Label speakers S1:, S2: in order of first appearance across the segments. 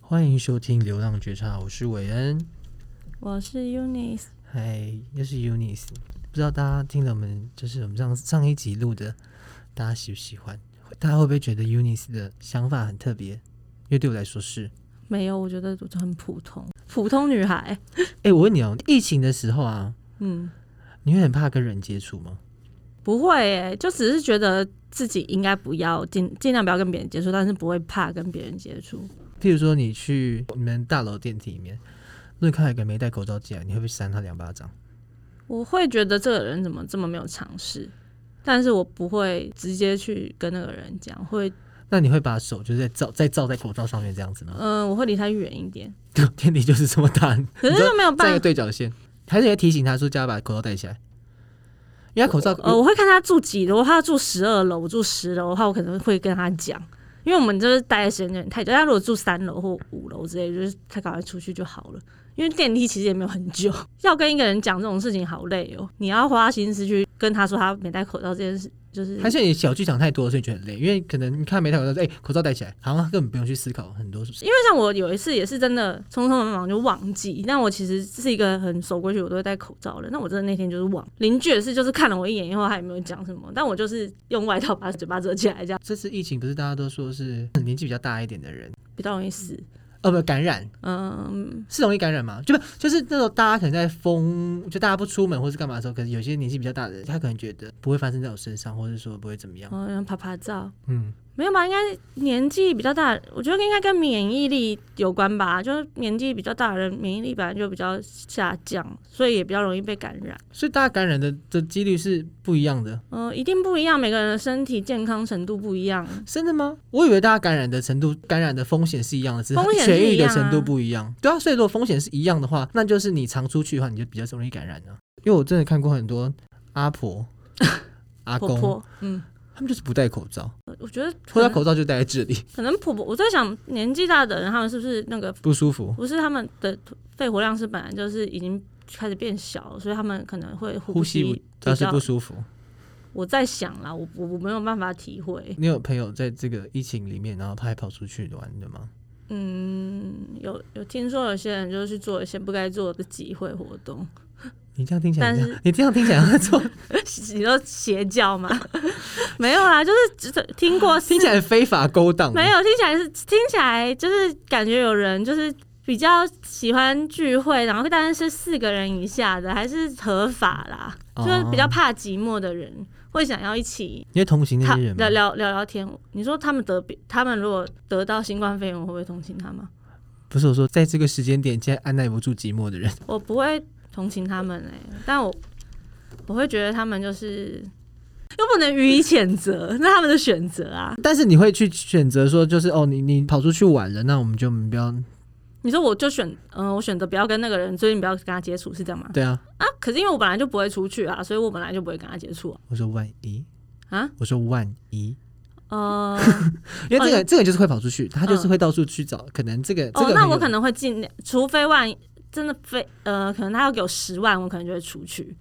S1: 欢迎收听《流浪觉察》，我是韦恩，
S2: 我是 Unis，
S1: 嗨，又是 Unis。不知道大家听了我们就是我们上上一集录的，大家喜不喜欢？大家会不会觉得 Unis 的想法很特别？因为对我来说是。
S2: 没有，我觉得很普通，普通女孩。
S1: 哎、我问你哦，疫情的时候啊，
S2: 嗯，
S1: 你会很怕跟人接触吗？
S2: 不会诶、就只是觉得自己应该不要尽尽量不要跟别人接触，但是不会怕跟别人接触。
S1: 譬如说你去你们大楼电梯里面，如果你看到一个没戴口罩进来，你会不会扇他两巴掌？
S2: 我会觉得这个人怎么这么没有尝试，但是我不会直接去跟那个人讲，会，
S1: 那你会把手就是在罩再罩在口罩上面这样子吗？
S2: 嗯、我会离他远一点。
S1: 天敌就是这么大，你
S2: 可是
S1: 知道
S2: 又没有
S1: 在一
S2: 办
S1: 个
S2: 法，
S1: 对角线，还是要提醒他说叫他把口罩戴起来，因为他口罩
S2: 呃，我会看他住几楼，我怕他住十二楼，我住十楼的话，我可能会跟他讲。因为我们就是待的时间有点太久，他如果住三楼或五楼之类，就是他赶快出去就好了。因为电梯其实也没有很久，要跟一个人讲这种事情好累哦。你要花心思去跟他说他没戴口罩这件事，就是
S1: 还是你小剧场太多，所以你觉得很累，因为可能你看没戴口罩，哎、口罩戴起来，好像根本不用去思考很多事情。
S2: 因为像我有一次也是真的匆匆忙忙就忘记，但我其实是一个很守规矩，我都会戴口罩的。那我真的那天就是忘。邻居也是，就是看了我一眼以后，他也没有讲什么，但我就是用外套把嘴巴遮起来，这样
S1: 这次疫情不是大家都说是年纪比较大一点的人，
S2: 比较容易死。
S1: 呃，不感染
S2: 嗯，
S1: 是容易感染吗？就不就是那种大家可能在封，就大家不出门或是干嘛的时候，可能有些年纪比较大的人，他可能觉得不会发生在我身上，或者说不会怎么样。
S2: 我后拍拍照。
S1: 嗯，
S2: 没有吧？应该年纪比较大，我觉得应该跟免疫力有关吧。就是年纪比较大的人，免疫力本来就比较下降，所以也比较容易被感染。
S1: 所以大家感染的的几率是不一样的。
S2: 嗯、一定不一样，每个人的身体健康程度不一样。
S1: 真的吗？我以为大家感染的程度、感染的风险是一样的，只
S2: 风险是
S1: 痊愈
S2: 一
S1: 的
S2: 样啊
S1: 程度不一样。对啊，所以如果风险是一样的话，那就是你常出去的话，你就比较容易感染啊。因为我真的看过很多阿 婆、阿公
S2: 婆婆，嗯，
S1: 他们就是不戴口罩，
S2: 我觉得
S1: 或
S2: 可
S1: 者
S2: 能
S1: 口罩就戴在这里，
S2: 可能婆婆，我在想年纪大的人，他们是不是那个
S1: 不舒服，
S2: 不是他们的肺活量是本来就是已经开始变小了，所以他们可能会
S1: 呼吸不
S2: 比
S1: 主要是
S2: 较
S1: 不。舒服。
S2: 我在想啦，我我我没有办法体会。
S1: 你有朋友在这个疫情里面，然后他还跑出去玩的吗？
S2: 嗯，有有听说有些人就是去做一些不该做的集会活动，
S1: 你这样听起来
S2: 但
S1: 很
S2: 是
S1: 像，你这样听起来很 做，
S2: 你说邪教吗？ 没有啦，就是只听过
S1: 听起来很非法勾当。啊
S2: 没有，听起来是听起来就是感觉有人就是比较喜欢聚会，然后但是是四个人以下的还是合法啦，
S1: 哦
S2: 就是比较怕寂寞的人会想要一起
S1: 因为同行那
S2: 他
S1: 些人
S2: 聊
S1: 嘛，
S2: 聊聊聊天。你说他们得病，他们如果得到新冠肺炎，我会不会同情他们？
S1: 不是我说，在这个时间点，竟然按耐不住寂寞的人。
S2: 我不会同情他们哎、但我我会觉得他们就是又不能予以谴责，那他们的选择啊。
S1: 但是你会去选择说，就是哦，你你跑出去玩了，那我们就不要
S2: 你说我就选，嗯、我选择不要跟那个人，最近不要跟他接触，是这样吗？
S1: 对啊。
S2: 啊，可是因为我本来就不会出去啊，所以我本来就不会跟他接触啊。
S1: 我说万一
S2: 啊，
S1: 我说万一，
S2: 呃，
S1: 因为这个、
S2: 哦
S1: 这个人就是会跑出去，他就是会到处去找，可能 这个这
S2: 哦
S1: 个，
S2: 那我可
S1: 能
S2: 能会尽量，除非万一真的非呃，可能他要给我十万，我可能就会出去，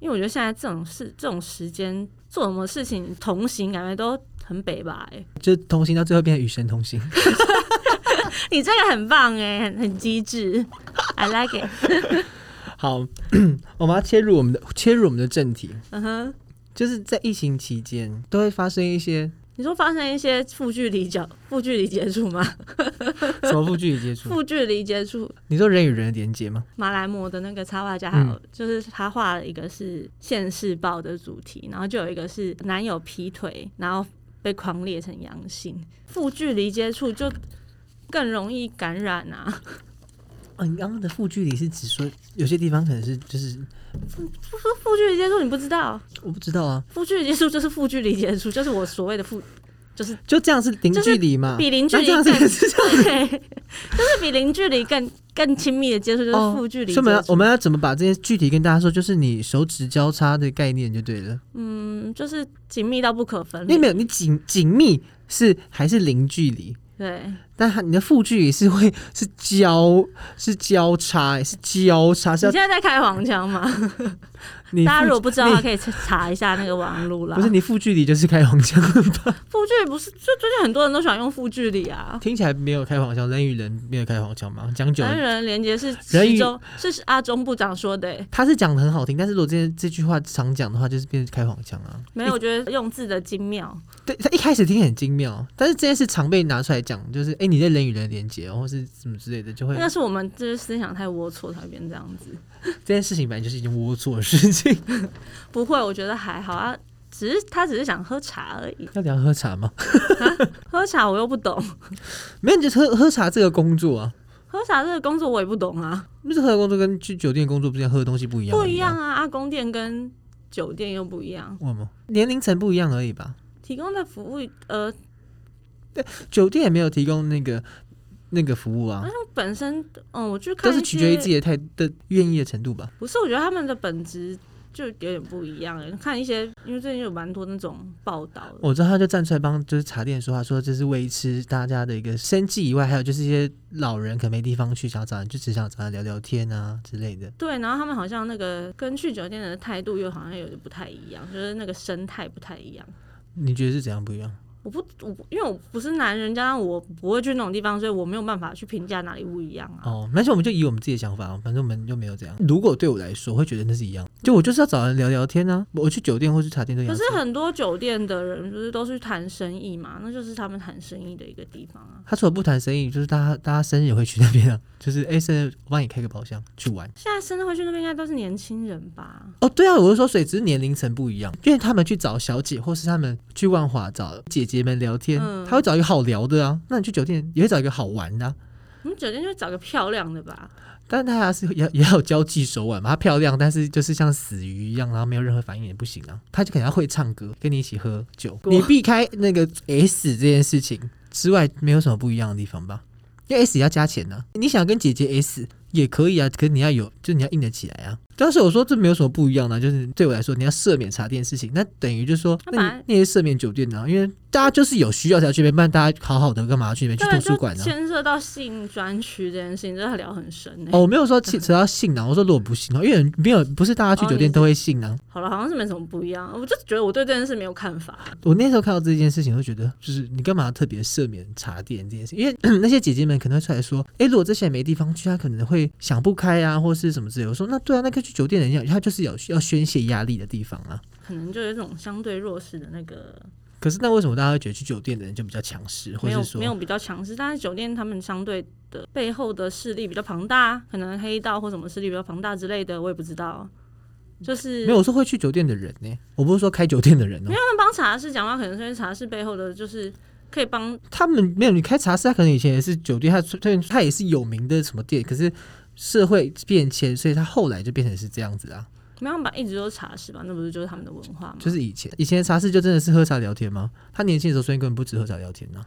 S2: 因为我觉得现在这种事、这种时间做什么事情同行，感觉都很北吧、欸。
S1: 就同行到最后变成与神同 行。
S2: 你这个很棒哎、很很机智，I like it。
S1: 好，我们要切入我们的切入我们的正题，
S2: 嗯哼，
S1: 就是在疫情期间都会发生一些
S2: 你说发生一些负距离角、负距离接触吗？
S1: 什么负距离接 触？
S2: 负距离接触，
S1: 你说人与人的连接吗？
S2: 马来貘的那个插画家，还
S1: 嗯
S2: 有、就是他画了一个是《现世报》的主题，然后就有一个是男友劈腿，然后被狂裂成阳性，负距离接触就更容易感染啊。
S1: 哦，你刚刚的负距离是指说有些地方可能是就是
S2: 负距离接触你不知道，
S1: 我不知道啊，
S2: 负距离接触就是负距离接触，就是我所谓的负， 就是
S1: 就这样是零
S2: 就是
S1: 距离嘛？
S2: 比邻居
S1: 那
S2: 离
S1: 这样
S2: 更
S1: 子也 是这样
S2: 对，就是比零距离更更亲密的接触，就是
S1: 哦
S2: 负距离接
S1: 所以我们要
S2: 触。
S1: 我们要怎么把这些具体跟大家说？就是你手指交叉的概念就对了。
S2: 嗯，就是紧密到不可分
S1: 你
S2: 离。
S1: 没有，你紧紧密是还是零距离，
S2: 对，
S1: 但它你的副句也是会是交是交叉欸，是交叉是
S2: 你
S1: 要
S2: 现在在开黄腔吗？
S1: 你
S2: 大家
S1: 副
S2: 如果不知道的话，
S1: 你
S2: 可以查一下那个网络啦。
S1: 不是你副句里就是开黄腔了吧？
S2: 复句不是，就最近很多人都喜欢用复句里啊。
S1: 听起来没有开黄腔，人与人没有开黄腔嘛？讲久
S2: 人与
S1: 了，
S2: 人连接是
S1: 人与
S2: 其中是阿中部长说的欸、
S1: 他是讲的很好听，但是如果这这句话常讲的话，就是变成开黄腔啊。
S2: 没有，我觉得用字的精妙。
S1: 对他一开始听很精妙，但是这件事常被拿出来讲，就是哎、诶你在人与人连接哦，或是什么之类的，就会
S2: 那是我们就是思想太龌龊才会变这样子。
S1: 这件事情本来就是一件龌龊的事情。
S2: 不会，我觉得还好啊，只是他只是想喝茶而已。
S1: 要聊喝茶吗？
S2: 喝茶我又不懂，
S1: 没有，你就喝喝茶这个工作啊，
S2: 喝茶这个工作我也不懂啊，
S1: 那这喝茶工作跟去酒店工作之间喝的东西不一样而
S2: 不
S1: 已啊，
S2: 一样啊。阿公店跟酒店又不一样，
S1: 为什么？年龄层不一样而已吧。
S2: 提供的服务呃，
S1: 酒店也没有提供那个那个服务啊，
S2: 本身嗯，我去看
S1: 都
S2: 一
S1: 是取决于
S2: 些
S1: 自己的态的愿意的程度吧。
S2: 不是，我觉得他们的本质就有点不一样欸。看一些，因为最近有蛮多那种报道的，
S1: 我知道他就站出来帮就是茶店说话，说这是维持大家的一个生计以外，还有就是一些老人可能没地方去，想要找人就只想找他聊聊天啊之类的。
S2: 对，然后他们好像那个跟去酒店的态度又好像有点不太一样，就是那个生态不太一样。
S1: 你觉得是怎样不一样？
S2: 我不，我不因为我不是男人，加上我不会去那种地方，所以我没有办法去评价哪里不一样啊。
S1: 哦，没事，我们就以我们自己的想法，哦反正我们就没有这样。如果对我来说，我会觉得那是一样，就我就是要找人聊聊天啊，我去酒店或去茶店都一
S2: 可
S1: 样。
S2: 是很多酒店的人就是都是谈生意嘛，那就是他们谈生意的一个地方啊。
S1: 他除了不谈生意，就是大家大家生日也会去那边啊，就是哎、生日我帮你开个包厢去玩。
S2: 现在真的会去那边，应该都是年轻人吧？
S1: 哦，对啊，我是说，所以只是年龄层不一样，因为他们去找小姐，或是他们去万华找姐姐们聊天，
S2: 嗯
S1: 他会找一个好聊的啊。那你去酒店也会找一个好玩的、啊，
S2: 我们酒店就找个漂亮的吧。
S1: 但是他还是也也要有交际手腕嘛。她漂亮，但是就是像死鱼一样，然后没有任何反应也不行啊。她就可能要会唱歌，跟你一起喝 酒。
S2: 我
S1: 你避开那个 S 这件事情之外，没有什么不一样的地方吧？因为 S 也要加钱呢、啊你想跟姐姐 S 也可以啊，可是你要有，就你要硬得起来啊。但是我说这没有什么不一样的、就是对我来说，你要赦免茶店的事情，那等于就是说，
S2: 那本
S1: 那
S2: 来
S1: 你你也是赦免酒店的、啊，因为大家就是有需要才要去那边，不然大家好好的干嘛要去那边去
S2: 对，啊
S1: 图书馆啊
S2: 就
S1: 呢、
S2: 牵涉到性专区这件事情，真的聊很深呢、欸
S1: 哦，我没有说
S2: 嗯
S1: 其只要信啊，我说如果不信啊，因为没有不是大家去
S2: 哦
S1: 酒店
S2: 你
S1: 都会信啊。
S2: 好了，好像是没什么不一样，我就觉得我对这件事没有看法。
S1: 我那时候看到这件事情，我就觉得就是你干嘛特别赦免茶店这件事？因为 那些姐姐们可能会出来说，诶，如果这些人没地方去，她可能会想不开啊，或是什么之类的。我说那对啊，那跟去酒店的人一样，他就是有要宣泄压力的地方啊。
S2: 可能就有一种相对弱势的那个，
S1: 可是那为什么大家会觉得去酒店的人就比较强势，或
S2: 没有
S1: 是说
S2: 没有比较强势，但是酒店他们相对的背后的势力比较庞大，可能黑道或什么势力比较庞大之类的，我也不知道。就是
S1: 没有，我说会去酒店的人呢、我不是说开酒店的人哦、
S2: 他们帮茶室讲话，可能是茶室背后的就是可以帮
S1: 他们没有你开茶室，他可能以前也是酒店，他虽然他也是有名的什么店，可是社会变迁，所以他后来就变成是这样子啊。
S2: 没有吧，一直都是茶室吧，那不是就是他们的文化吗？
S1: 就是以前以前的茶室就真的是喝茶聊天吗？他年轻的时候，所以根本不止喝茶聊天呐、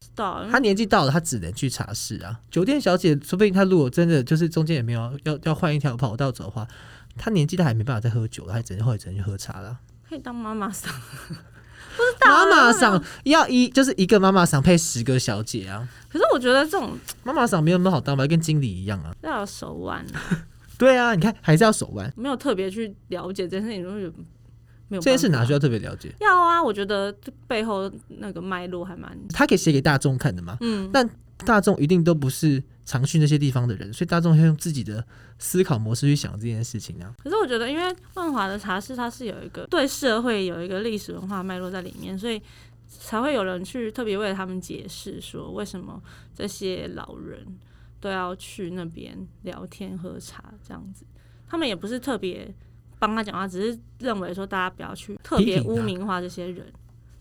S2: 知道，因为
S1: 他年纪到了，他只能去茶室啊。酒店小姐，说不定她如果真的就是中间也没有要要要换一条跑道走的话，她年纪大还没办法再喝酒了，还只能后来只能去喝茶了。
S2: 可以当妈妈 桑。
S1: 妈妈桑要一就是一个妈妈桑配十个小姐啊，
S2: 可是我觉得这种
S1: 妈妈桑没有那么好当吧，跟经理一样啊。
S2: 要有手腕啊，
S1: 对啊，你看还是要手腕，
S2: 没有特别去了解这件事情，就是没有办法
S1: 这件事哪需要特别了解？
S2: 要啊？我觉得这背后那个脉络还蛮
S1: 他可以写给大众看的嘛。
S2: 嗯，
S1: 但大众一定都不是常去那些地方的人，所以大众要用自己的思考模式去想这件事情啊。
S2: 可是我觉得，因为万华的茶室它是有一个对社会有一个历史文化脉络在里面，所以才会有人去特别为了他们解释说为什么这些老人都要去那边聊天喝茶这样子。他们也不是特别帮他讲话，只是认为说大家不要去特别
S1: 批评
S2: 污
S1: 他
S2: 名化这些人。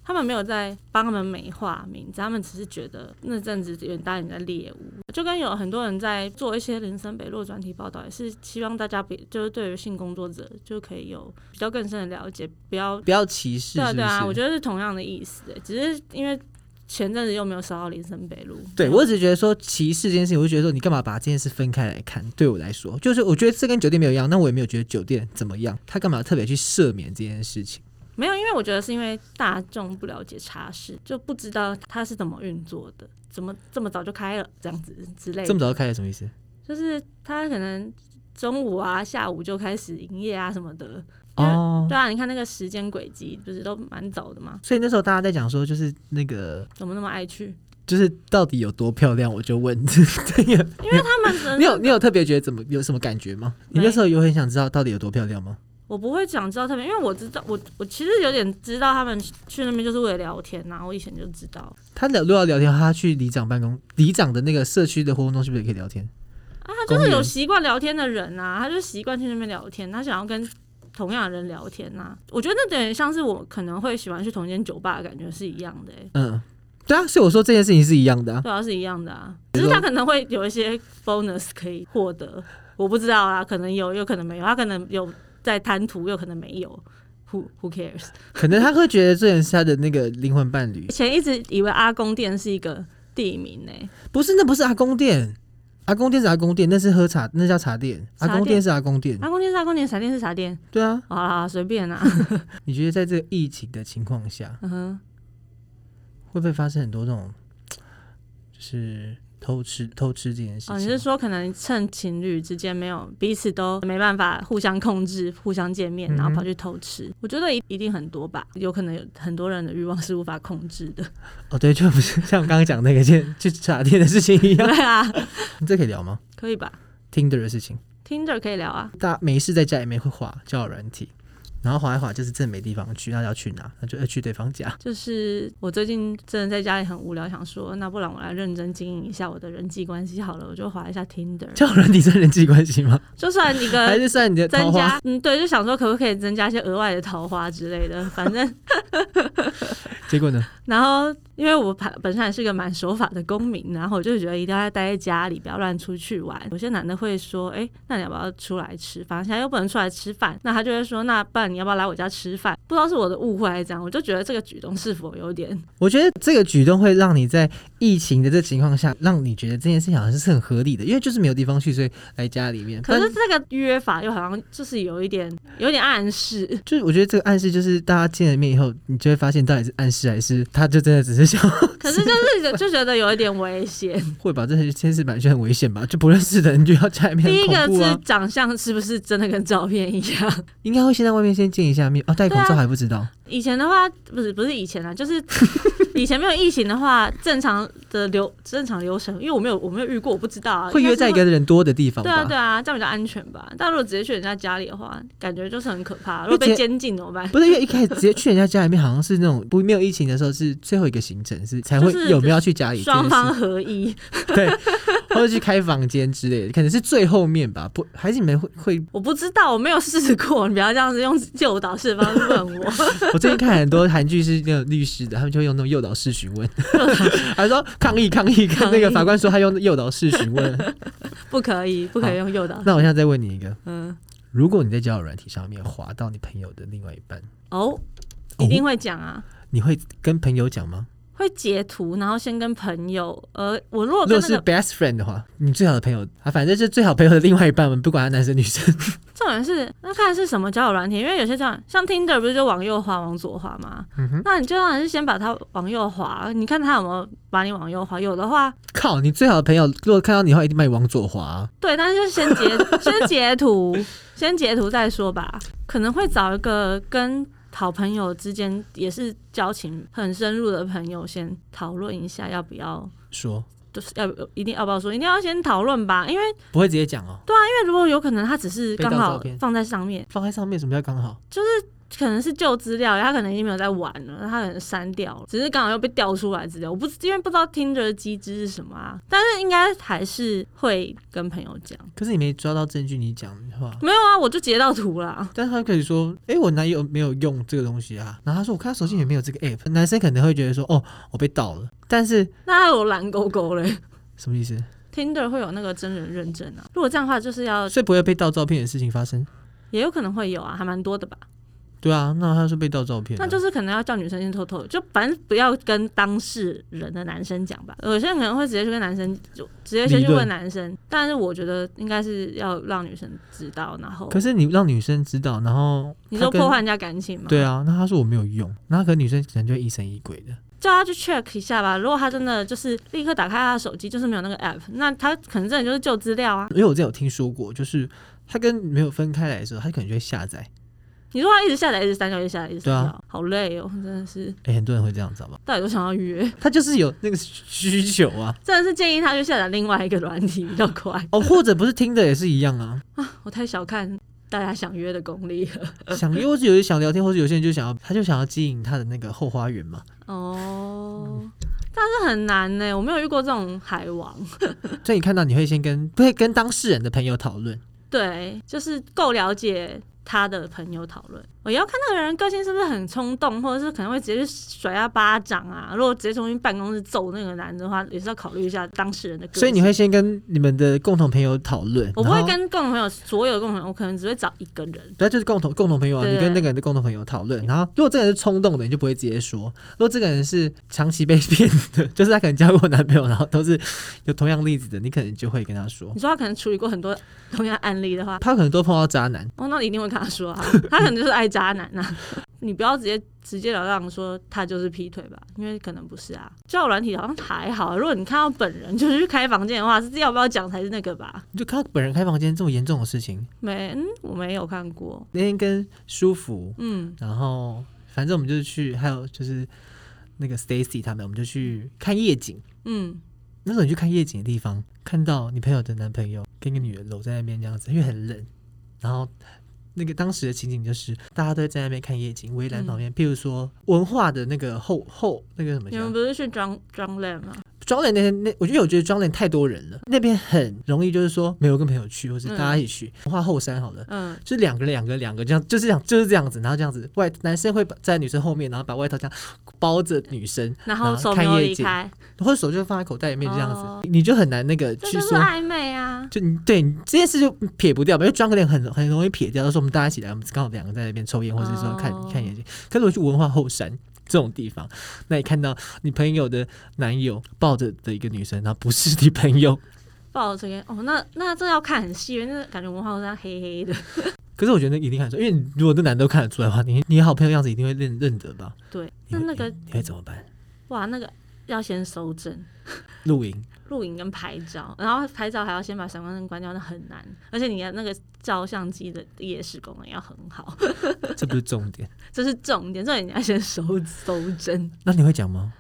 S2: 他们没有在帮他们美化名字，他们只是觉得那阵子有点大家在猎物，就跟有很多人在做一些林森北路专题报道，也是希望大家别就是对于性工作者就可以有比较更深的了解，不要
S1: 不要歧视，
S2: 对啊
S1: 是不
S2: 对
S1: 是？
S2: 啊，我觉得是同样的意思，欸只是因为前阵子又没有烧到林森北路，
S1: 对我只是觉得说歧视这件事情，我就觉得说你干嘛把这件事分开来看？对我来说，就是我觉得这跟酒店没有一样，那我也没有觉得酒店怎么样，他干嘛特别去赦免这件事情？
S2: 没有，因为我觉得是因为大众不了解茶室，就不知道它是怎么运作的，怎么这么早就开了这样子之类
S1: 这么
S2: 的，
S1: 早就开了什么意思？
S2: 就是它可能中午啊、下午就开始营业啊什么的。
S1: 哦，
S2: 对啊，你看那个时间轨迹，不是都蛮早的吗？
S1: 所以那时候大家在讲说，就是那个，
S2: 怎么那么爱去？
S1: 就是到底有多漂亮，我就问 这个。
S2: 因为他们真
S1: 你
S2: 的，
S1: 有你有特别觉得怎么有什么感觉吗？你
S2: 没
S1: 那时候有很想知道到底有多漂亮吗？
S2: 我不会想知道他们，因为我知道我我其实有点知道他们去那边就是为了聊天呐、我以前就知道
S1: 他聊如果要聊天，他去里长办公，里长的那个社区的活动中心不是也可以聊天？
S2: 啊，他就是
S1: 公
S2: 有
S1: 园
S2: 习惯聊天的人啊，他就习惯去那边聊天，他想要跟同样的人聊天呐、我觉得那点像是我可能会喜欢去同一间酒吧的感觉是一样的、欸，
S1: 嗯，对啊，所以我说这件事情是一样的啊。
S2: 对啊，是一样的啊，
S1: 比
S2: 只
S1: 如
S2: 是
S1: 说
S2: 他可能会有一些 bonus 可以获得，我不知道啊，可能有，有可能没有，他可能有在贪图，有可能没有。Who Who cares？
S1: 可能他会觉得这人是他的那个灵魂伴侣
S2: 以，前一直以为阿公店是一个地名欸呢、
S1: 不是，那不是阿公店，阿公店是阿公店，那是喝茶，那叫茶店，
S2: 茶
S1: 阿
S2: 店
S1: 公店是阿公店，
S2: 阿啊公店是阿公店，茶店是茶店，
S1: 对啊。
S2: 好啦，随 便啦。
S1: 你觉得在这个疫情的情况下，
S2: 嗯哼，
S1: 会不会发生很多这种，就是偷吃偷吃这件事情？啊
S2: 哦，你是说可能趁情侣之间没有彼此都没办法互相控制、互相见
S1: 嗯
S2: 面，然后跑去偷吃？我觉得一一定很多吧，有可能有很多人的欲望是无法控制的。
S1: 哦，对，就不是像刚刚讲那个件去茶店的事情一样。
S2: 对啊，
S1: 你这可以聊吗
S2: 可以吧
S1: ？Tinder 的事情，
S2: ？Tinder 可以聊啊，
S1: 大家没事在家里面会滑交友软体，然后滑一滑就是真的没地方去，那要去哪？那就要呃去对方家。
S2: 就是我最近真的在家里很无聊，想说那不然我来认真经营一下我的人际关系好了，我就划一下 Tinder，
S1: 交友软体算人际关系吗？
S2: 就算一个
S1: 还是算你的 桃
S2: 呃增
S1: 花？
S2: 加，嗯，对，就想说可不可以增加一些额外的桃花之类的，反正
S1: 结果呢？
S2: 然后，因为我本本身还是个蛮守法的公民，然后我就觉得一定要待在家里，不要乱出去玩。有些男的会说：“哎，那你要不要出来吃饭？”现在又不能出来吃饭，那他就会说：“那不然你要不要来我家吃饭？”不知道是我的误会还是怎样，我就觉得这个举动是否有点……
S1: 我觉得这个举动会让你在疫情的这情况下，让你觉得这件事情好像是很合理的，因为就是没有地方去，所以来家里面。
S2: 可
S1: 但
S2: 是这个约法又好像就是有一点有点暗示，
S1: 就是我觉得这个暗示就是大家见了面以后，你就会发现到底是暗示还是他就真的只是想
S2: 可是就是就觉得有一点危险。
S1: 会把这些这事版就很危险吧？就不认识的人就要家里面
S2: 第一
S1: 很
S2: 个
S1: 恐怖
S2: 是
S1: 啊！
S2: 长相是不是真的跟照片一样？
S1: 应该会先在外面先见一下面啊，戴口
S2: 对
S1: 罩
S2: 啊
S1: 还不知道。
S2: 以前的话，不是不是以前 啊，就是以前没有疫情的话，正常的流正常流程，因为我没有我没有遇过，我不知道啊。
S1: 会约在一
S2: 应
S1: 个人多的地方
S2: 该是会对啊对
S1: 吧？
S2: 啊，这样比较安全吧。但如果直接去人家家里的话，感觉就是很可怕。如果被
S1: 直接
S2: 监禁怎么办？
S1: 不是因为一开始直接去人家家里面，好像是那种不没有疫情的时候是最后一个行程是才会
S2: 就是
S1: 有没有要去家里这件
S2: 双
S1: 事
S2: 方合一，
S1: 对，或者去开房间之类的，可能是最后面吧。不，还是你们会会？
S2: 我不知道，我没有试过，你不要这样子用诱导式的方式问 我。
S1: 我最近看很多韩剧是那种律师的，他们就会用那种诱导式询问， 还说抗议抗议，看
S2: 抗议
S1: 那个法官说他用诱导式询
S2: 嗯
S1: 问。
S2: 不可以，不可以用诱导。
S1: 那我现在再问你一个，
S2: 嗯，
S1: 如果你在交友软体上面滑到你朋友的另外一半，
S2: 哦，一定会讲啊。
S1: 你会跟朋友讲吗？
S2: 会截图，然后先跟朋友，呃，我如果
S1: 如果
S2: 跟那
S1: 是
S2: 个
S1: best friend 的话，你最好的朋友啊，反正就是最好朋友的另外一半们，不管他男生女生，
S2: 重点是，那看是什么交友软体，因为有些这样，像 Tinder 不是就往右滑、往左滑吗？
S1: 嗯
S2: 那你就当然是先把它往右滑，你看它有没有把你往右滑。有的话，
S1: 靠，你最好的朋友如果看到你的话，一定把你往左滑啊、
S2: 对，但是就先截 先截图，先截图再说吧。可能会找一个跟好朋友之间也是交情很深入的朋友，先讨论一下要不要，
S1: 说
S2: 就是要一定要不要说，一定要先讨论吧。因为因
S1: 不会直接讲哦，
S2: 为如果有可能，他只是
S1: 被盗
S2: 刚好
S1: 照片
S2: 放在上面。
S1: 放在上面什么叫刚好？
S2: 可能是旧资料，他可能已经没有在玩了，他可能删掉了，只是刚好又被调出来资料。我不因为不知道听着机制是什么啊，但是应该还是会跟朋友讲。
S1: 可是你没抓到证据，你讲的话，
S2: 没有啊，我就截到图啦。
S1: 但他可以说，哎、我男友没有用这个东西啊。然后他说，我看他手机里面没有这个
S2: 哦
S1: app。男生可能会觉得说，哦，我被盗了。但是
S2: 那还有蓝勾勾嘞
S1: 什么意思？
S2: ，Tinder 会有那个真人认证啊。如果这样的话，就是要
S1: 所以不会被盗照片的事情发生
S2: 也有可能会有啊，还蛮多的吧。
S1: 对啊，那他是被盗照片啊、
S2: 那就是可能要叫女生先偷偷，就反正不要跟当事人的男生讲吧。有些人可能会直接去跟男生，就直接先
S1: 理
S2: 去
S1: 论
S2: 问男生，但是我觉得应该是要让女生知道，然后
S1: 可是你让女生知道，然后
S2: 你
S1: 她
S2: 说
S1: 跟
S2: 破坏人家感情嘛，
S1: 对啊，那他说我没有用，那可能女生可能就会疑神疑鬼的。
S2: 叫他去 check 一下吧。如果他真的就是立刻打开他的手机，就是没有那个 app，那他可能真的就是旧资料啊。
S1: 因为我之前有听说过，就是他跟没有分开来的时候，他可能就会下载。
S2: 你说他一直下载，一直删掉，一直下载，一直删
S1: 对啊
S2: 掉，好累哦，真的是，
S1: 哎、很多人会这样，知道吧？
S2: 到底都想要约，
S1: 他就是有那个需求啊。
S2: 真的是建议他去下载另外一个软体比较快。
S1: 哦，或者不是听的也是一样啊。
S2: 我太小看大家想约的功力了。
S1: 想约，或者有些想聊天，或者有些人就想要，他就想要经营他的那个后花园 嘛。
S2: 哦，但是很难呢、我没有遇过这种海王。
S1: 所以你看到你会先跟会跟当事人的朋友讨论，
S2: 对，就是够了解他的朋友讨论，我要看那个人个性是不是很冲动，或者是可能会直接去甩他巴掌啊。如果直接冲进办公室揍那个男的话，也是要考虑一下当事人的个性。
S1: 所以你会先跟你们的共同朋友讨论。
S2: 我不会
S1: 然后
S2: 跟共同朋友所有共同朋友，我可能只会找一个人。
S1: 对，就是共同共同朋友啊，
S2: 对
S1: 你跟那个人的共同朋友讨论，然后如果这个人是冲动的，你就不会直接说；如果这个人是长期被骗的， 就是他可能交过男朋友，然后都是有同样例子的，你可能就会跟他说。
S2: 你说他可能处理过很多同样案例的话，
S1: 他可能都碰到渣男，
S2: 哦，那你一定会跟他说啊，他可能就是爱渣男啊。 你不要直接直截了当说他就是劈腿吧，因为可能不是啊。交友软体好像还好，啊如果你看到本人就是去开房间的话，是要不要讲才是那个吧？
S1: 你就看到本人开房间这么严重的事情。
S2: 没，嗯，我没有看过。
S1: 那天跟舒服，
S2: 嗯，
S1: 然后反正我们就是去，还有就是那个 Stacy 他们，我们就去看夜景。
S2: 嗯，
S1: 那时候你去看夜景的地方，看到你朋友的男朋友跟一个女人搂在那边这样子，因为很冷，然后那个当时的情景就是大家都会在那边看夜景，围栏旁边，譬如说文化的那个后后那个什么
S2: 你们
S1: 讲，
S2: 不是去装装啊 l 吗？
S1: 庄园那天那，我觉得我觉得庄园太多人了，那边很容易就是说没有跟朋友去，或是大家一起去、文化后山好了。
S2: 嗯，
S1: 就两个两个两个这样，就是这样就是这样子，然后这样子外男生会把在女生后面，然后把外套这样包着女生，
S2: 然后
S1: 然后
S2: 手没
S1: 看
S2: 有
S1: 夜
S2: 离
S1: 景
S2: 开，
S1: 或者手就放在口袋里面这样子，
S2: 哦
S1: 你就很难那个
S2: 这
S1: 去
S2: 就是
S1: 说
S2: 暧昧啊。
S1: 就你对你这件事就撇不掉嘛，因为装个脸很很容易撇掉。到时候我们大家一起来，我们刚好两个在那边抽烟，或者是说看、
S2: 哦
S1: 看眼睛。可是我去文化后山这种地方，那你看到你朋友的男友抱着的一个女生，然后不是你朋友，
S2: 抱着这个，哦，那那这要看很细，因为那感觉文化好像黑黑的。
S1: 可是我觉得那一定看得出来，因为如果那男的都看得出来的话，你你好朋友样子一定会认认得吧？
S2: 对，
S1: 你
S2: 那
S1: 会
S2: 那个
S1: 你会怎么办？
S2: 哇，那个要先收证。
S1: 露营
S2: 录影跟拍照，然后拍照还要先把闪光灯关掉，那很难。而且你的那个照相机的夜视功能要很好，
S1: 这不是重点，
S2: 这是重点。重点你要先收 收 真
S1: 那你会讲吗？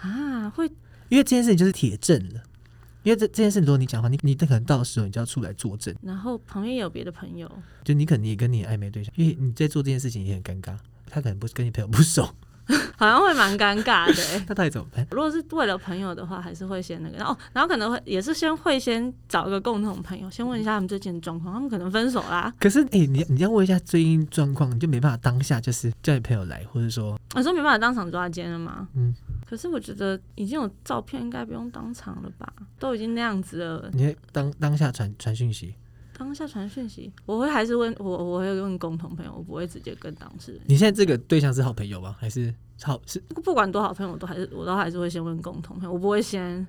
S2: 啊，会
S1: 因为这件事情就是铁证了。因为这这件事，如果你讲的话，你你可能到时候你就要出来作证，
S2: 然后旁边也有别的朋友，
S1: 就你可能也跟你暧昧对象，因为你在做这件事情也很尴尬，他可能不跟你朋友不熟，
S2: 好像会蛮尴尬的、欸。
S1: 那到底怎么办？
S2: 如果是为了朋友的话，还是会先那个，然后然后可能会也是先会先找一个共同朋友，先问一下他们最近的状况，他们可能分手啦。
S1: 可是，哎、你你要问一下最近状况，你就没办法当下就是叫你朋友来，或者说，
S2: 我说没办法当场抓奸了吗？
S1: 嗯，
S2: 可是我觉得已经有照片，应该不用当场了吧？都已经那样子了，
S1: 你会当当下传传讯息，
S2: 当下传讯息，我会还是问我，我会问共同朋友，我不会直接跟当事人。
S1: 你现在这个对象是好朋友吗？还是好是？
S2: 不管多好朋友，我都还是我都还是会先问共同朋友，我不会先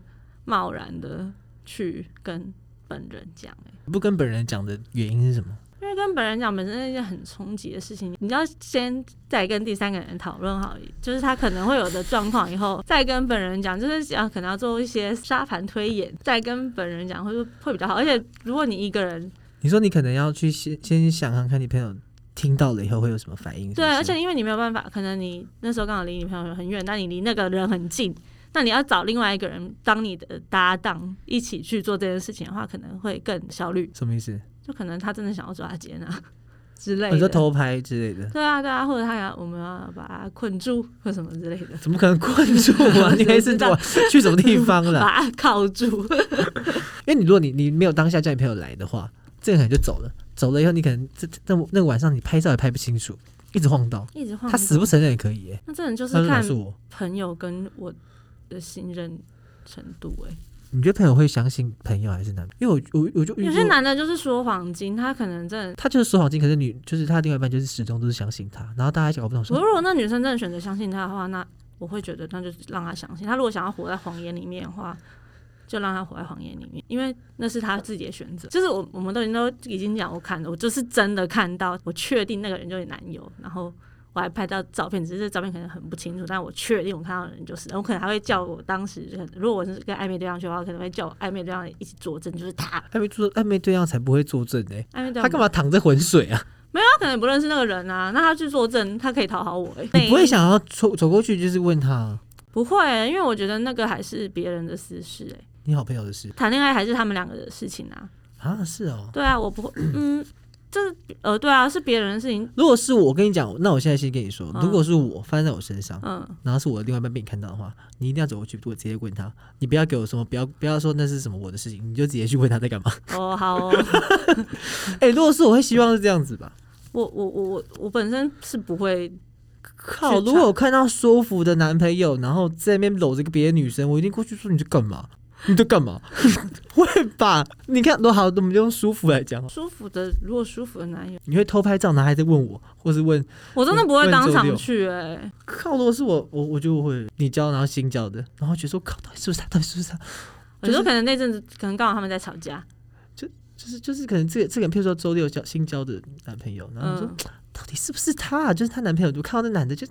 S2: 贸然的去跟本人讲、欸
S1: 不跟本人讲的原因是什么？
S2: 因为跟本人讲本身是一件很冲击的事情，你要先再跟第三个人讨论好，就是他可能会有的状况，以后再跟本人讲，就是讲可能要做一些沙盘推演，再跟本人讲会会比较好。而且如果你一个人
S1: 你说你可能要去先先想想看，你朋友听到了以后会有什么反应是不
S2: 对，啊
S1: 是
S2: 而且因为你没有办法，可能你那时候刚好离你朋友很远，但你离那个人很近，那你要找另外一个人当你的搭档一起去做这件事情的话，可能会更效率。
S1: 什么意思？
S2: 就可能他真的想要抓奸啊 之类
S1: 哦你说
S2: 的。
S1: 偷拍之类的。
S2: 对啊，对啊，或者他要我们要把他困住或什么之类的，
S1: 怎么可能困住啊？你 还是
S2: 知道
S1: 我去什么地方了？
S2: 把他铐住。
S1: 因为你如果你你没有当下叫你朋友来的话，这个人可能就走了，走了以后你可能这这那那个晚上你拍照也拍不清楚，一直晃到，
S2: 一直晃
S1: 他死不承认也可以、耶。
S2: 嗯那这人就是
S1: 他说哪
S2: 看
S1: 是我，
S2: 朋友跟我的信任程度哎、
S1: 你觉得朋友会相信朋友还是男？因为我我我就遇
S2: 有
S1: 过
S2: 些男的就是说谎精，他可能真的。
S1: 他就是说谎金，可是女就是他另外一半就是始终都是相信他，然后大家搞不懂
S2: 我
S1: 说
S2: 如果那女生真的选择相信他的话，那我会觉得那就让他相信。他如果想要活在谎言里面的话，就让他活在谎言里面，因为那是他自己的选择。就是我我们都已经都已经讲我看了，我就是真的看到，我确定那个人就是男友，然后。我还拍到照片，只是这照片可能很不清楚，但我确定我看到的人就是，我可能还会叫我当时，可能如果我是跟暧昧对象去的话，可能会叫我暧昧对象一起作证，就是他。
S1: 暧昧做暧昧对象才不会作证呢、
S2: 暧昧对象
S1: 他干嘛淌着浑水啊？
S2: 他可能也不认识那个人啊，那他去作证，他可以讨好我、欸。
S1: 你不会想要走走过去就是问他
S2: 不会、因为我觉得那个还是别人的私事、欸，
S1: 你好朋友的事
S2: 谈恋爱还是他们两个的事情啊。
S1: 啊？是哦。
S2: 对啊，我不会，嗯，这呃，对啊，是别人的事情，
S1: 如果是我，我跟你讲，那我现在先跟你说，
S2: 嗯
S1: 如果是我发生在我身上，
S2: 嗯，
S1: 然后是我的另外一半被你看到的话，你一定要走过去，我直接问他，你不要给我什么，不要不要说那是什么我的事情，你就直接去问他在干 嘛。
S2: 哦，好 哦
S1: 哎、如果是我会希望是这样子吧。
S2: 我我我我我本身是不会，
S1: 靠！如果我看到舒服的男朋友，然后在那边搂着个别的女生，我一定过去说你在干嘛？你在干嘛？ 会吧？你看，多好，我们就用舒服来讲。哦
S2: 舒服的，如果舒服的男友，
S1: 你会偷拍照，然后还在问我，或是问
S2: 我真的不会当
S1: 问周
S2: 场
S1: 六
S2: 去、哎，
S1: 靠？如果是我，我我就会你教，然后新教的，然后觉得说靠，到底是不是他？到底是不是他？
S2: 我就可能那阵子可能刚好他们在吵架，
S1: 就是就是，可能这个这个人，譬如说周六交新交的男朋友，然后你说、
S2: 嗯，
S1: 到底是不是他、啊？就是她男朋友，我看到那男的就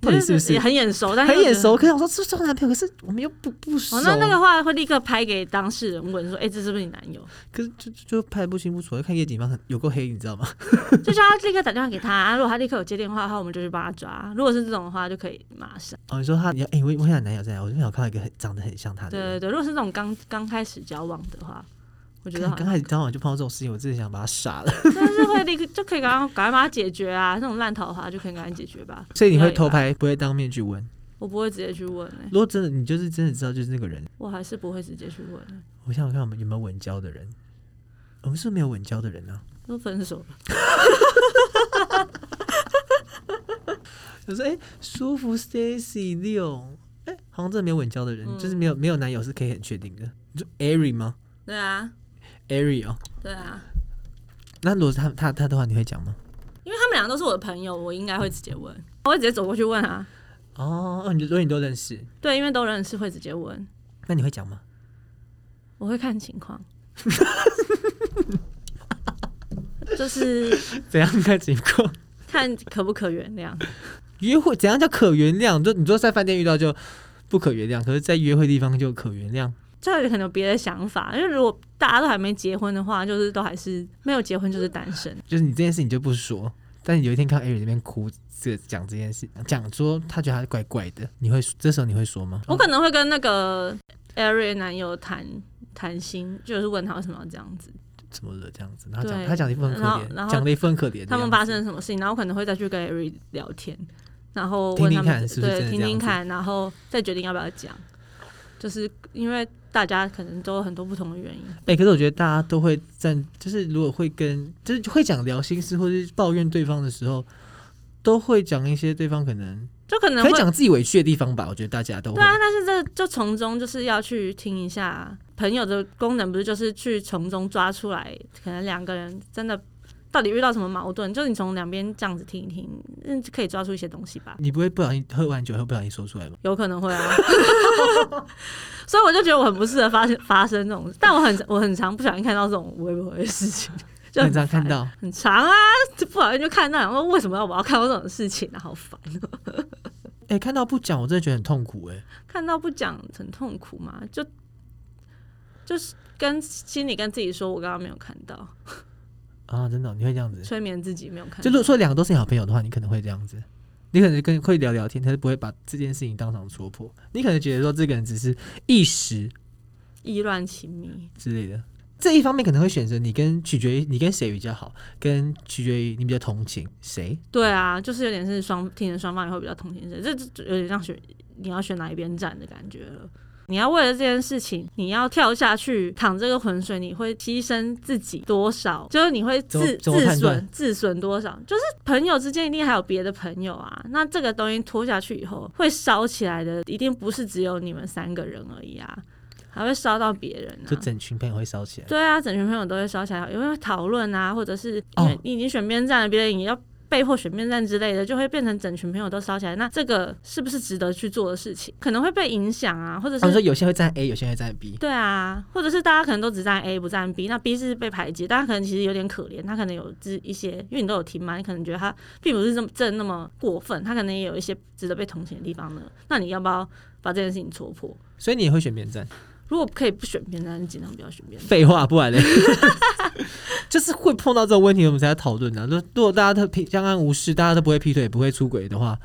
S1: 到
S2: 就
S1: 底是不是
S2: 也很眼熟，但是
S1: 很
S2: 又觉
S1: 眼
S2: 得
S1: 熟？可是我说是不是我男朋友？可是我们又不不熟。
S2: 哦，那那个话会立刻拍给当事人问说：“哎、这是不是你男友
S1: 可是就就就拍不清不楚，看夜景方有够黑，你知道吗？？”
S2: 就叫他立刻打电话给他、 啊如果他立刻有接电话的话，我们就去帮他抓；如果是这种的话，就可以马上。
S1: 哦，你说他，你要哎、我我想男友在哪？我就想看到一个很长得很像他的
S2: 对对
S1: 人。
S2: 对，如果是这种刚刚开始交往的话，我觉得
S1: 看刚
S2: 好像
S1: 开始交往就碰到这种事情，我真的想把他杀了。
S2: 但是会立刻就可以赶快赶快把它解决啊！这种烂桃花就可以赶快解决吧。
S1: 所以你会
S2: 不要
S1: 偷
S2: 理他？
S1: 拍，不会当面去问。
S2: 我不会直接去问哎、
S1: 如果真的你就是真的知道就是那个人，
S2: 我还是不会直接去问、欸。
S1: 我想想看我们有没有稳交的人，我们是不是没有稳交的人啊。
S2: 都分手了，
S1: 我说哎、舒服 Stacy 六，哎、好像真的没有稳交的人，
S2: 嗯
S1: 就是没有没有男友是可以很确定的。你说 Ari 吗
S2: 对啊，
S1: ？Ari 哦，
S2: 对啊，
S1: 那如果是他他他的话，你会讲吗？
S2: 因为他们两个都是我的朋友，我应该会直接问，我会直接走过去问啊。
S1: 哦，哦你如果你都认识，
S2: 对，因为都认识，会直接问。
S1: 那你会讲吗？
S2: 我会看情况， 就是
S1: 怎样看情况？
S2: 看可不可原谅。
S1: 约会怎样叫可原谅？就你说在饭店遇到就不可原谅，可是在约会地方就可原谅。
S2: 这个可能有别的想法，因为如果大家都还没结婚的话，就是都还是没有结婚就是单身。
S1: 就是你这件事你就不说，但你有一天看到 Eric 那边哭，这讲这件事，讲说他觉得他怪怪的，你会这时候你会说吗？
S2: 我可能会跟那个 Eric 男友谈谈心，就是问他为什么要这样子，
S1: 怎么了这样子？然后讲
S2: 对
S1: 他讲了一副很可
S2: 然后然
S1: 怜，
S2: 后
S1: 讲了一副很可怜的样子。
S2: 他们发生了什么事情，然后我可能会再去跟 Eric 聊天，然后
S1: 听
S2: 问
S1: 听
S2: 他们
S1: 看是不是真
S2: 对
S1: 的
S2: 听
S1: 这样
S2: 听
S1: 子
S2: 看，然后再决定要不要讲，就是因为大家可能都有很多不同的原因。
S1: 哎、可是我觉得大家都会站，就是如果会跟，就是会讲聊心事或是抱怨对方的时候，都会讲一些对方可能
S2: 就可能
S1: 可
S2: 会
S1: 以讲自己委屈的地方吧。我觉得大家都会
S2: 对。啊，但是这就从中就是要去听一下朋友的功能，不是就是去从中抓出来，可能两个人真的到底遇到什么矛盾，就是你从两边这样子听一听，嗯，可以抓出一些东西吧。
S1: 你不会不小心喝完酒后不小心说出来吗？
S2: 有可能会啊，所以我就觉得我很不适合发生发生这种，但我很我很常不小心看到这种无微不微的事情，就
S1: 很
S2: 很
S1: 常看
S2: 烦
S1: 到，
S2: 很长啊，就不小心就看到，然后为什么要我要看到这种事情啊，好烦。
S1: 哎、看到不讲，我真的觉得很痛苦、哎，
S2: 看到不讲很痛苦嘛，就就是跟心里跟自己说，我刚刚没有看到，
S1: 啊，真的哦、你会这样子？
S2: 催眠自己没有看
S1: 就
S2: 到。
S1: 如果说两个都是你好朋友的话，你可能会这样子，你可能跟会聊聊天，但是不会把这件事情当场戳破。你可能觉得说这个人只是一时
S2: 意乱情迷，
S1: 之类的。这一方面可能会选择你跟取决于你跟谁比较好，跟取决于你比较同情谁。
S2: 对啊，就是有点是双听人双方也会比较同情谁，这这有点像选你要选哪一边站的感觉了。你要为了这件事情，你要跳下去淌这个浑水，你会牺牲自己多少？就是你会
S1: 怎么
S2: 自
S1: 怎么
S2: 自
S1: 判断
S2: 损自损多少？就是朋友之间一定还有别的朋友啊。那这个东西拖下去以后，会烧起来的，一定不是只有你们三个人而已啊。还会烧到别人、啊，
S1: 就整群朋友会烧起来。
S2: 对啊，整群朋友都会烧起来，因为讨论啊，或者是
S1: 哦
S2: 因为你已经选边站了，别人也要被迫选边站之类的，就会变成整群朋友都烧起来。那这个是不是值得去做的事情？可能会被影响啊，或者
S1: 他们说
S2: 是。
S1: 有些会站 A，有些会站 B，
S2: 对啊，或者是大家可能都只站 A 不站 B，那 B 是被排挤，大家可能其实有点可怜，他可能有自一些，因为你都有听嘛，你可能觉得他并不是这么正那么过分，他可能也有一些值得被同情的地方呢。那你要不要把这件事情戳破？
S1: 所以你也会选边站。
S2: 如果可以不选边站，就尽量不要选边站。
S1: 废话，不然嘞， 就是会碰到这种问题，我们才要讨论的。就如果大家都平相安无事，大家都不会劈腿，不会出轨的话，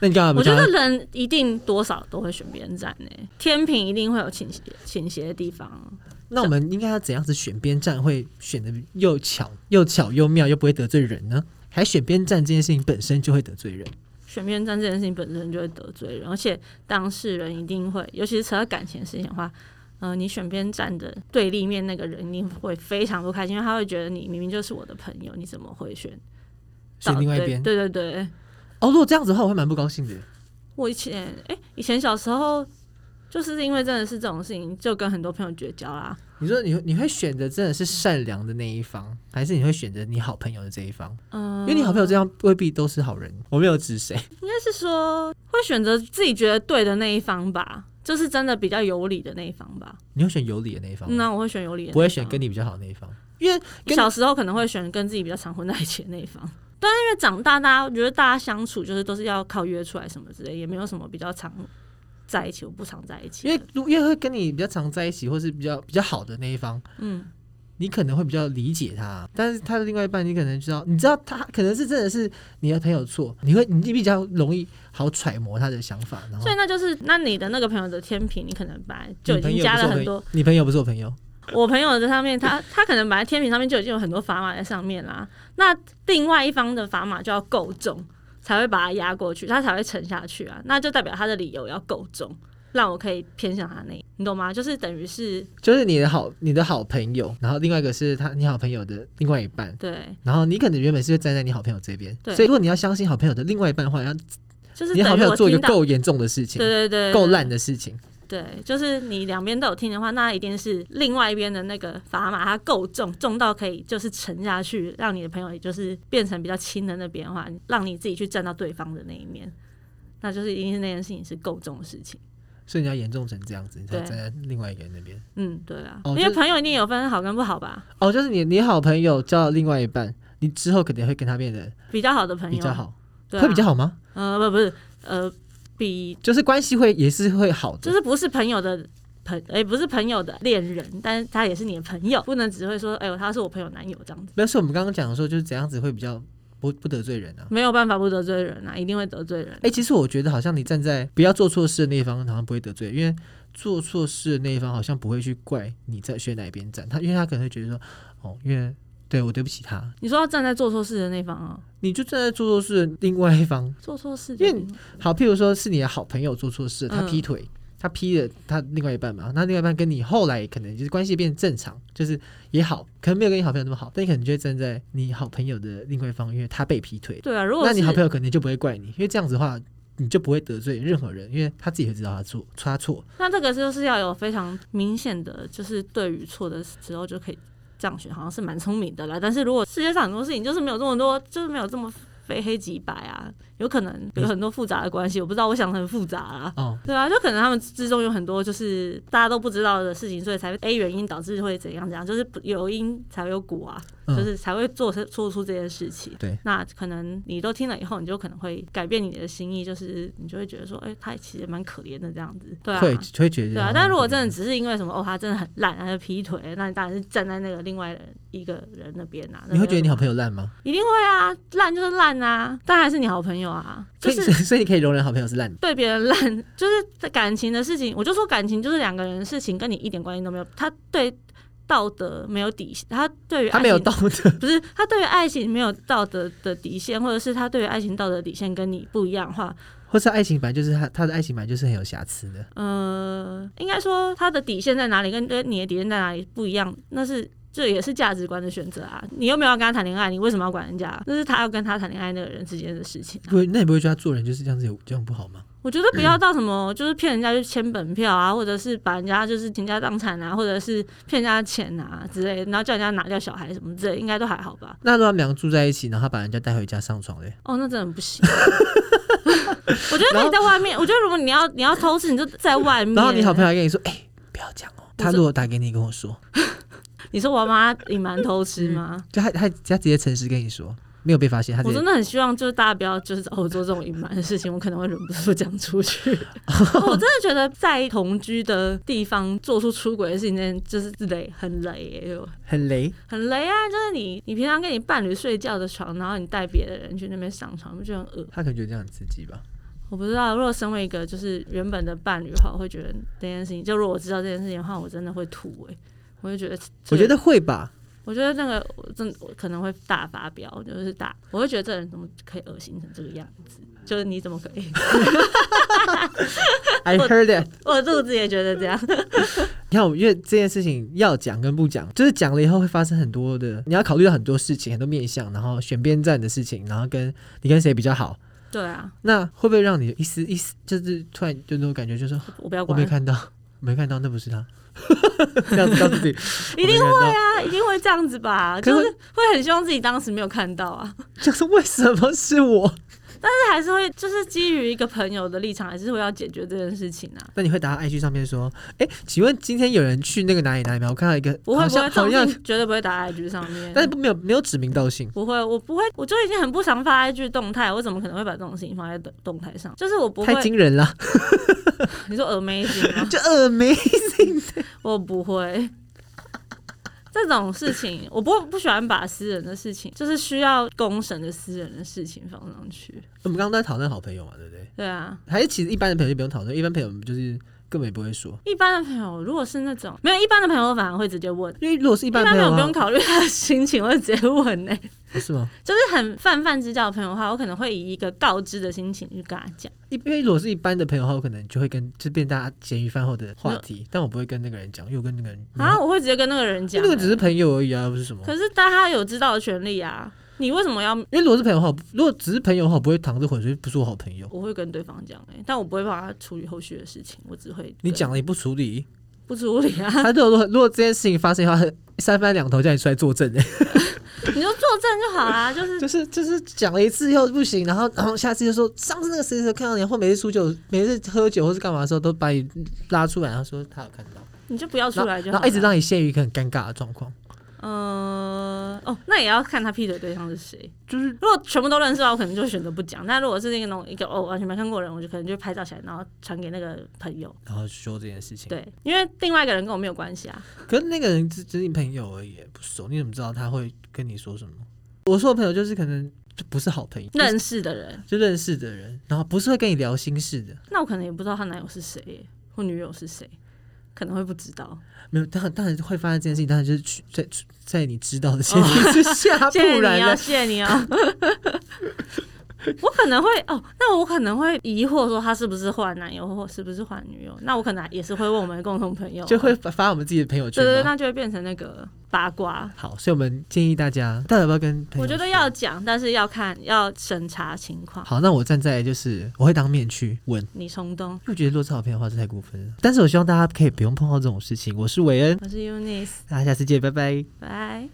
S1: 那你干嘛不
S2: 我觉
S1: 讲
S2: 得人一定多少都会选边站呢、天平一定会有倾斜倾斜的地方啊。
S1: 那我们应该要怎样子选边站，会选的又巧又巧又妙，又不会得罪人呢？还选边站这件事情本身就会得罪人，
S2: 选边站这件事情本身就会得罪人，而且当事人一定会，尤其是扯到感情的事情的话，呃，你选边站的对立面那个人一定会非常不开心，因为他会觉得你明明就是我的朋友，你怎么会选到
S1: 选另外一
S2: 对
S1: 边。
S2: 对对对，
S1: 哦，如果这样子的话，我会蛮不高兴的。
S2: 我以前哎、以前小时候就是因为真的是这种事情，就跟很多朋友绝交啊啦。
S1: 你说你会你会选择真的是善良的那一方，还是你会选择你好朋友的这一方？
S2: 嗯、
S1: 因为你好朋友这样未必都是好人。我没有指谁，
S2: 应该是说会选择自己觉得对的那一方吧，就是真的比较有理的那一方吧。
S1: 你会选有理的那一方吗，
S2: 那我会选有理的那一方，
S1: 不会选跟你比较好的那一方，因为跟
S2: 小时候可能会选跟自己比较常混在一起的那一方。但是因为长大，大家我觉得大家相处就是都是要靠约出来什么之类，也没有什么比较常在一起，我不常在一起
S1: 因
S2: 的。
S1: 为如因为会跟你比较常在一起，或是比较比较好的那一方，
S2: 嗯，
S1: 你可能会比较理解他，但是他的另外一半，你可能知道，你知道他可能是真的是你的朋友错，你会你比较容易好揣摩他的想法，然后
S2: 所以那就是那你的那个朋友的天平，你可能本来就
S1: 你嗯
S2: 已
S1: 朋
S2: 经
S1: 友
S2: 加
S1: 不是
S2: 了
S1: 我
S2: 很
S1: 朋
S2: 多
S1: 友，你朋友不是我朋友，
S2: 我朋友在上面，他他可能本来天平上面就已经有很多砝码在上面啦，那另外一方的砝码就要够重，才会把它压过去，他才会沉下去啊，那就代表他的理由要够重，让我可以偏向他那一，你懂吗？就是等于是
S1: 就是你的好你的好朋友，然后另外一个是他你好朋友的另外一半，
S2: 对，
S1: 然后你可能原本是会站在你好朋友这边，
S2: 对
S1: 所以如果你要相信好朋友的另外一半的话，要
S2: 就是
S1: 你的好
S2: 等于
S1: 朋友
S2: 我
S1: 做一
S2: 听
S1: 个
S2: 到，
S1: 够严重的事情
S2: 对，对对，
S1: 够烂的事情，
S2: 对，就是你两边都有听的话，那一定是另外一边的那个砝码它够重，重到可以就是沉下去，让你的朋友也就是变成比较轻的那边的话，让你自己去站到对方的那一面，那就是一定是那件事情是够重的事情。
S1: 所以你要严重成这样子，你才
S2: 对
S1: 站在另外一个人那边。
S2: 嗯，对啊，
S1: 哦
S2: 因
S1: 就
S2: 为
S1: 是
S2: 朋友一定有分好跟不好吧，
S1: 哦，就是你你好朋友交了另外一半，你之后肯定会跟他变得
S2: 比较好的朋友
S1: 比较，好，
S2: 对啊、
S1: 会比较好吗？
S2: 呃不不是呃比
S1: 就是关系会也是会好的，
S2: 就是不是朋友的。朋哎、不是朋友的恋人，但是他也是你的朋友，不能只会说哎、呦他是我朋友男友这样子。
S1: 但是我们刚刚讲说，就是怎样子会比较不不得罪人啊？
S2: 没有办法不得罪人啊，一定会得罪人。
S1: 哎、其实我觉得好像你站在不要做错事的那一方，好像不会得罪，因为做错事的那一方好像不会去怪你在选哪一边站，他因为他可能会觉得说，哦，因为对我对不起他，
S2: 你说要站在做错事的那方啊，
S1: 你就站在做错事的另外一方。
S2: 做错事
S1: 因
S2: 的
S1: 为
S2: 地方，
S1: 好，譬如说是你的好朋友做错事，他
S2: 嗯
S1: 劈腿，他劈了他另外一半嘛，那另外一半跟你后来可能就是关系变正常，就是也好，可能没有跟你好朋友那么好，但你可能就会站在你好朋友的另外一方，因为他被劈腿，
S2: 对啊，如果
S1: 那你好
S2: 是
S1: 朋友可能就不会怪你，因为这样子的话。你就不会得罪任何人，因为他自己会知道他错，他错。
S2: 那这个就是要有非常明显的，就是对与错的时候就可以这样选，好像是蛮聪明的啦。但是如果世界上很多事情就是没有这么多，就是没有这么非黑即白啊，有可能有很多复杂的关系，我不知道，我想得很复杂 啊。
S1: 哦，
S2: 对啊，就可能他们之中有很多就是大家都不知道的事情，所以才会 A 原因导致会怎样怎样，就是不有因才会有果啊，
S1: 嗯
S2: 就是才会做出做出这件事情。
S1: 对，
S2: 那可能你都听了以后，你就可能会改变你的心意，就是你就会觉得说，哎、他其实蛮可怜的这样子。对啊，
S1: 会会觉得
S2: 对啊。但如果真的只是因为什么哦，他真的很烂，他就劈腿，那你当然是站在那个另外人一个人那边啊。
S1: 你会觉得你好
S2: 友
S1: 朋友烂吗？
S2: 一定会啊，烂就是烂啊，但还是你好朋友啊，就
S1: 所以
S2: 是
S1: 所以你可以容忍好朋友是烂的。
S2: 对别人烂， 就是感情的事情，我就说感情就是两个人的事情，跟你一点关系都没有。他对道德没有底线，他对于
S1: 他
S2: 爱
S1: 没有
S2: 情
S1: 道德，
S2: 不是他对于爱情没有道德的底线，或者是他对于爱情道德的底线跟你不一样的话，
S1: 或是爱情本来就是他他的爱情本来就是很有瑕疵的。
S2: 呃，应该说他的底线在哪里，跟跟你的底线在哪里不一样，那是。这也是价值观的选择啊！你又没有要跟他谈恋爱，你为什么要管人家？那是他要跟他谈恋爱那个人之间的事情啊、
S1: 不会，那你不会觉得他做人就是这样子有这样不好吗？
S2: 我觉得不要到什么，就是骗人家去签本票啊，或者是把人家就是倾家荡产啊，或者是骗人家钱啊之类的，然后叫人家拿掉小孩什么之类的，应该都还好吧？
S1: 那如果他们两个住在一起，然后他把人家带回家上床嘞？
S2: 哦，那真的很不行。 我觉得可以在外面，我觉得如果你要你要偷吃，你就在外面。
S1: 然后你好朋友还跟你说：“哎、不要讲哦。”他如果打给你跟我说，
S2: 你说我要帮他隐瞒偷吃吗？
S1: 就他他他直接诚实跟你说，没有被发嗯现，他直
S2: 我
S1: 接
S2: 真的很希望就是大家不要就是找我做这种隐瞒的事情，我可能会忍不住讲 出去。我真的觉得在同居的地方做出出轨的事情，真的就是累，很累耶，
S1: 很雷。
S2: 很累啊！就是你你平常跟你伴侣睡觉的床，然后你带别的人去那边上床，不觉得很恶？
S1: 他可能觉得这样很刺激吧？
S2: 我不知道，如果身为一个就是原本的伴侣的话，我会觉得这件事情，就如果我知道这件事情的话，我真的会吐哎，我就觉得，
S1: 我觉得会吧。
S2: 我觉得那个我真我可能会大发飙，就是大，我会觉得这人怎么可以恶心成这个样子？就是你怎么可以？
S1: I heard it。
S2: 我肚子也觉得这样。
S1: 你看，我们因为这件事情要讲跟不讲，就是讲了以后会发生很多的，你要考虑到很多事情，很多面向，然后选边站的事情，然后跟你跟谁比较好，
S2: 对啊，
S1: 那会不会让你一丝一丝就是突然就那种感觉，就是说
S2: 我不要
S1: 我
S2: 管
S1: 没，看到，没看到，那不是他，这样子告诉自己，
S2: 一定
S1: 会
S2: 对啊，一定会这样子吧？
S1: 可
S2: 就是是会很希望自己当时没有看到啊，
S1: 就是为什么是我？
S2: 但是还是会就是基于一个朋友的立场，还是会要解决这件事情啊。
S1: 那你会打到 IG 上面说，哎、请问今天有人去那个哪里哪里吗？我看到一个，
S2: 不会
S1: 好
S2: 不会，
S1: 像
S2: 这种
S1: 好像
S2: 事，情绝对不会打在 IG 上面。
S1: 但是没有没有指名道姓，
S2: 不会，我不会，我就已经很不常发 IG 动态，我怎么可能会把这种事情放在动动态上？就是我不会
S1: 太，惊人了，
S2: 你说 amazing 吗？
S1: 就 amazing。
S2: 我不会。 这种事情，我不不喜欢把私人的事情，就是需要公审的私人的事情放上去。
S1: 我们刚刚都在讨论好朋友嘛，对不对？
S2: 对啊，
S1: 还是其实一般的朋友就不用讨论，一般朋友我们就是根本也不会说，
S2: 一般的朋友如果是那种没有一般的朋友，反而会直接问。
S1: 因为如果是一
S2: 一般
S1: 般
S2: 朋
S1: 朋
S2: 友
S1: 友啊
S2: 不
S1: 的
S2: 用
S1: 话，
S2: 考虑他的心情，会直接问呢、
S1: 不是吗？
S2: 就是很泛泛之交的朋友的话，我可能会以一个告知的心情去跟他讲。
S1: 一因为如果是一般的朋友的话，我可能就会跟就变大家咸鱼饭后的话
S2: 嗯
S1: 题，但我不会跟那个人讲，因为我跟那个人没有
S2: 然啊后我会直接跟那个人讲、
S1: 那个只是朋友而已啊，又不是什么。
S2: 可是大家有知道的权利啊，你为什么要？
S1: 因为如果是朋友的话，我不如果只是朋友的话，我不会淌着浑水，不是我好朋友。
S2: 我会跟对方讲哎、但我不会帮他处理后续的事情，我只会
S1: 你
S2: 跟
S1: 讲了你不处 理，
S2: 不处 理啊。
S1: 他如果如果这件事情发生的话，三番两头叫你出来作证、欸，
S2: 你就作证就好啦，就是
S1: 就是就是讲了一次又不行，然后然后下次就说上次那个谁谁谁看到你，或每次出酒、每次喝酒或是干嘛的时候都把你拉出来，然后说他有看到，
S2: 你就不要出来就
S1: 然
S2: 好
S1: 后一直
S2: 啦。
S1: 让你陷于一个很尴尬的状况。
S2: 呃，哦，那也要看他劈腿对象是谁。
S1: 就是
S2: 如果全部都认识的话，我可能就选择不讲。但如果是那个那种一个哦完全没看过的人，我就可能就拍照起来，然后传给那个朋友。
S1: 然后说这件事情，
S2: 对，因为另外一个人跟我没有关系啊。
S1: 可是那个人只只是你朋友而已，不熟，你怎么知道他会跟你说什么？我说的朋友就是可能就不是好朋友，
S2: 认识的人，
S1: 就认识的人，然后不是会跟你聊心事的，
S2: 那我可能也不知道她男友是谁耶或女友是谁，可能会不知道。
S1: 没有，当然当然会发生这件事情，当然就是去在在你知道的前提之下，
S2: 谢 谢
S1: 不啊然
S2: 哦你哦，
S1: 呢？
S2: 谢谢你 哦。我可能会哦，那我可能会疑惑说他是不是换男友或是不是换女友？那我可能也是会问我们的共同朋友啊、
S1: 就会发发我们自己的朋友
S2: 对
S1: 圈
S2: 对，对
S1: 吗。
S2: 那就会变成那个八卦。
S1: 好，所以我们建议大家，到底要不要跟朋友？
S2: 我觉得要。讲，但是要看要审查情况。
S1: 好，那我站在就是我会当面去问，因
S2: 你冲动，
S1: 为我觉得如果是好朋友的话，是太过分了。但是我希望大家可以不用碰到这种事情。我是韦恩，
S2: 我是 Unis，
S1: 大家下次见，拜拜。
S2: 拜。